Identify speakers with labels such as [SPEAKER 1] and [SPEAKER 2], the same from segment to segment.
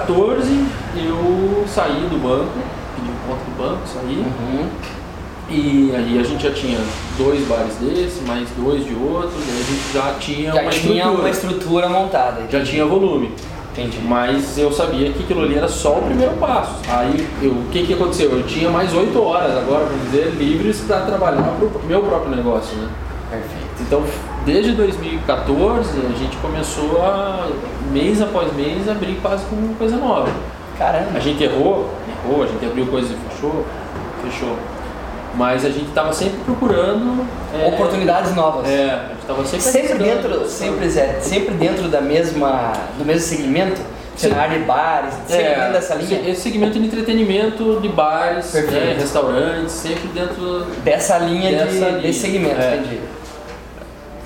[SPEAKER 1] 14 eu saí do banco, pedi um conta do banco, saí.
[SPEAKER 2] Uhum.
[SPEAKER 1] E aí a gente já tinha dois bares desse, mais dois de outro, e a gente já tinha
[SPEAKER 2] Já
[SPEAKER 1] é uma
[SPEAKER 2] tinha
[SPEAKER 1] estrutura,
[SPEAKER 2] uma estrutura montada.
[SPEAKER 1] já tinha volume.
[SPEAKER 2] Entendi.
[SPEAKER 1] Mas eu sabia que aquilo ali era só o primeiro passo. Aí eu- o que, que aconteceu? Eu tinha mais oito horas agora, vamos dizer, livres para trabalhar para o meu próprio negócio, né?
[SPEAKER 2] Perfeito.
[SPEAKER 1] Então, desde 2014, a gente começou a, mês após mês, abrir quase como coisa nova. A
[SPEAKER 2] Caramba.
[SPEAKER 1] gente errou, errou, a gente abriu coisas e fechou, fechou. Mas a gente estava sempre procurando... é,
[SPEAKER 2] Oportunidades novas.
[SPEAKER 1] É, a gente estava sempre...
[SPEAKER 2] Sempre
[SPEAKER 1] arriscando,
[SPEAKER 2] dentro,
[SPEAKER 1] sabe?
[SPEAKER 2] sempre, Zé, sempre dentro da mesma, do mesmo segmento, você
[SPEAKER 1] Sim.
[SPEAKER 2] na área de bares, sempre
[SPEAKER 1] É,
[SPEAKER 2] dentro dessa linha,
[SPEAKER 1] se- Esse segmento de entretenimento, de bares, né,
[SPEAKER 2] Perfeito.
[SPEAKER 1] restaurantes, sempre dentro.
[SPEAKER 2] dessa linha de,
[SPEAKER 1] Dessa linha.
[SPEAKER 2] desse segmento,
[SPEAKER 1] É.
[SPEAKER 2] entendi.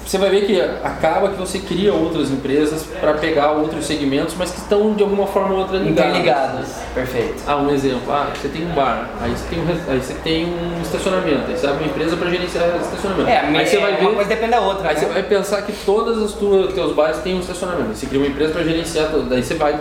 [SPEAKER 1] Você vai ver que acaba que você cria outras empresas para pegar outros segmentos, mas que estão de alguma forma ou outra ligados.
[SPEAKER 2] Interligados, perfeito.
[SPEAKER 1] Ah, um exemplo. Ah, você tem um bar, aí você tem um, res- aí você tem um estacionamento, aí você abre uma empresa para gerenciar estacionamento.
[SPEAKER 2] É,
[SPEAKER 1] aí
[SPEAKER 2] mas
[SPEAKER 1] você vai
[SPEAKER 2] uma
[SPEAKER 1] ver.
[SPEAKER 2] coisa depende da outra,
[SPEAKER 1] Aí
[SPEAKER 2] né?
[SPEAKER 1] você vai pensar que todas as tuas teus bares têm um estacionamento. Você cria uma empresa para gerenciar tudo. Daí você vai,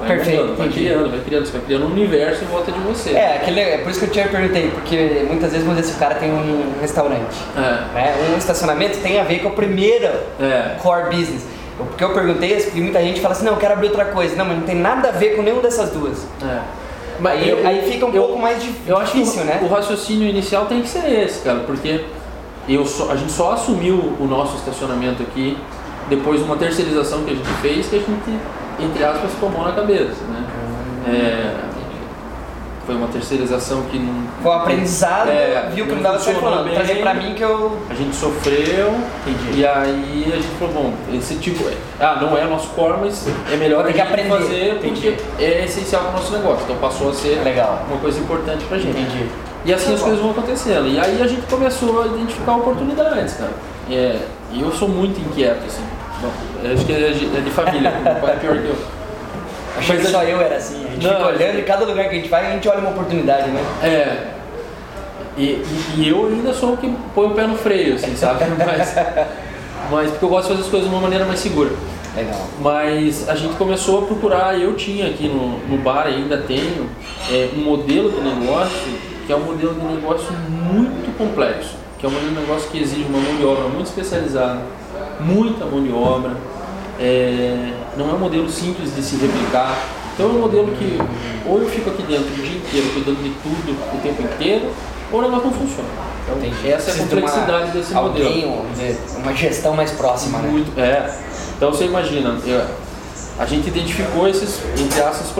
[SPEAKER 1] vai
[SPEAKER 2] Perfeito,
[SPEAKER 1] montando, vai
[SPEAKER 2] entendi.
[SPEAKER 1] criando, vai criando, você vai criando um universo em volta de você.
[SPEAKER 2] É, aquele, é por isso que eu te perguntei, porque muitas vezes, vamos dizer, se o cara tem um restaurante,
[SPEAKER 1] É.
[SPEAKER 2] né, um estacionamento tem a ver com o primeiro
[SPEAKER 1] É.
[SPEAKER 2] core business. Eu- Porque eu perguntei isso, porque muita gente fala assim, não, eu quero abrir outra coisa. Não, mas não tem nada a ver com nenhuma dessas duas.
[SPEAKER 1] É.
[SPEAKER 2] Aí,
[SPEAKER 1] eu-
[SPEAKER 2] aí fica um
[SPEAKER 1] eu-
[SPEAKER 2] pouco mais dif-
[SPEAKER 1] eu acho que
[SPEAKER 2] difícil,
[SPEAKER 1] o,
[SPEAKER 2] né?
[SPEAKER 1] o raciocínio inicial tem que ser esse, cara, porque eu só- a gente só assumiu o nosso estacionamento aqui depois de uma terceirização que a gente fez, que a gente, entre aspas, tomou na cabeça, né? É, foi uma terceirização que não...
[SPEAKER 2] Com o aprendizado,
[SPEAKER 1] É,
[SPEAKER 2] viu que
[SPEAKER 1] não
[SPEAKER 2] não dava certo
[SPEAKER 1] funcionou
[SPEAKER 2] falando.
[SPEAKER 1] bem.
[SPEAKER 2] Trazer pra mim que eu.
[SPEAKER 1] A gente sofreu
[SPEAKER 2] Entendi.
[SPEAKER 1] e aí a gente falou, bom, esse tipo, é- ah, não é nosso core, mas é melhor a
[SPEAKER 2] Tem que
[SPEAKER 1] gente
[SPEAKER 2] aprender.
[SPEAKER 1] fazer
[SPEAKER 2] Entendi.
[SPEAKER 1] porque é essencial para o nosso negócio. Então passou a ser
[SPEAKER 2] Legal.
[SPEAKER 1] uma coisa importante pra gente. E assim as coisas vão acontecendo. E aí a gente começou a identificar oportunidades, cara. É, e eu sou muito inquieto, assim. Bom, eu acho que é de é de família, porque meu pai é pior que eu.
[SPEAKER 2] Achei que
[SPEAKER 1] Mas a
[SPEAKER 2] só eu era assim. A gente
[SPEAKER 1] Não,
[SPEAKER 2] fica olhando e cada lugar que a gente vai, a gente olha uma oportunidade, né?
[SPEAKER 1] É. E, e- e eu ainda sou o que põe o pé no freio, assim, sabe? Mas, mas porque eu gosto de fazer as coisas de uma maneira mais segura.
[SPEAKER 2] Legal.
[SPEAKER 1] Mas a gente começou a procurar, eu tinha aqui no, no bar, ainda tenho, é, um modelo de negócio que é um modelo de negócio muito complexo, que é um modelo de negócio que exige uma mão de obra muito especializada, muita mão de obra, é, não é um modelo simples de se replicar. Então é um modelo que ou eu fico aqui dentro o dia inteiro cuidando de tudo o tempo inteiro, ou o negócio não funciona. Então essa é a
[SPEAKER 2] Precisa de uma-
[SPEAKER 1] complexidade desse modelo.
[SPEAKER 2] alguém, vamos dizer, uma gestão mais próxima, né?
[SPEAKER 1] Muito, é. Então você imagina, eu- a gente identificou esses, entre aspas,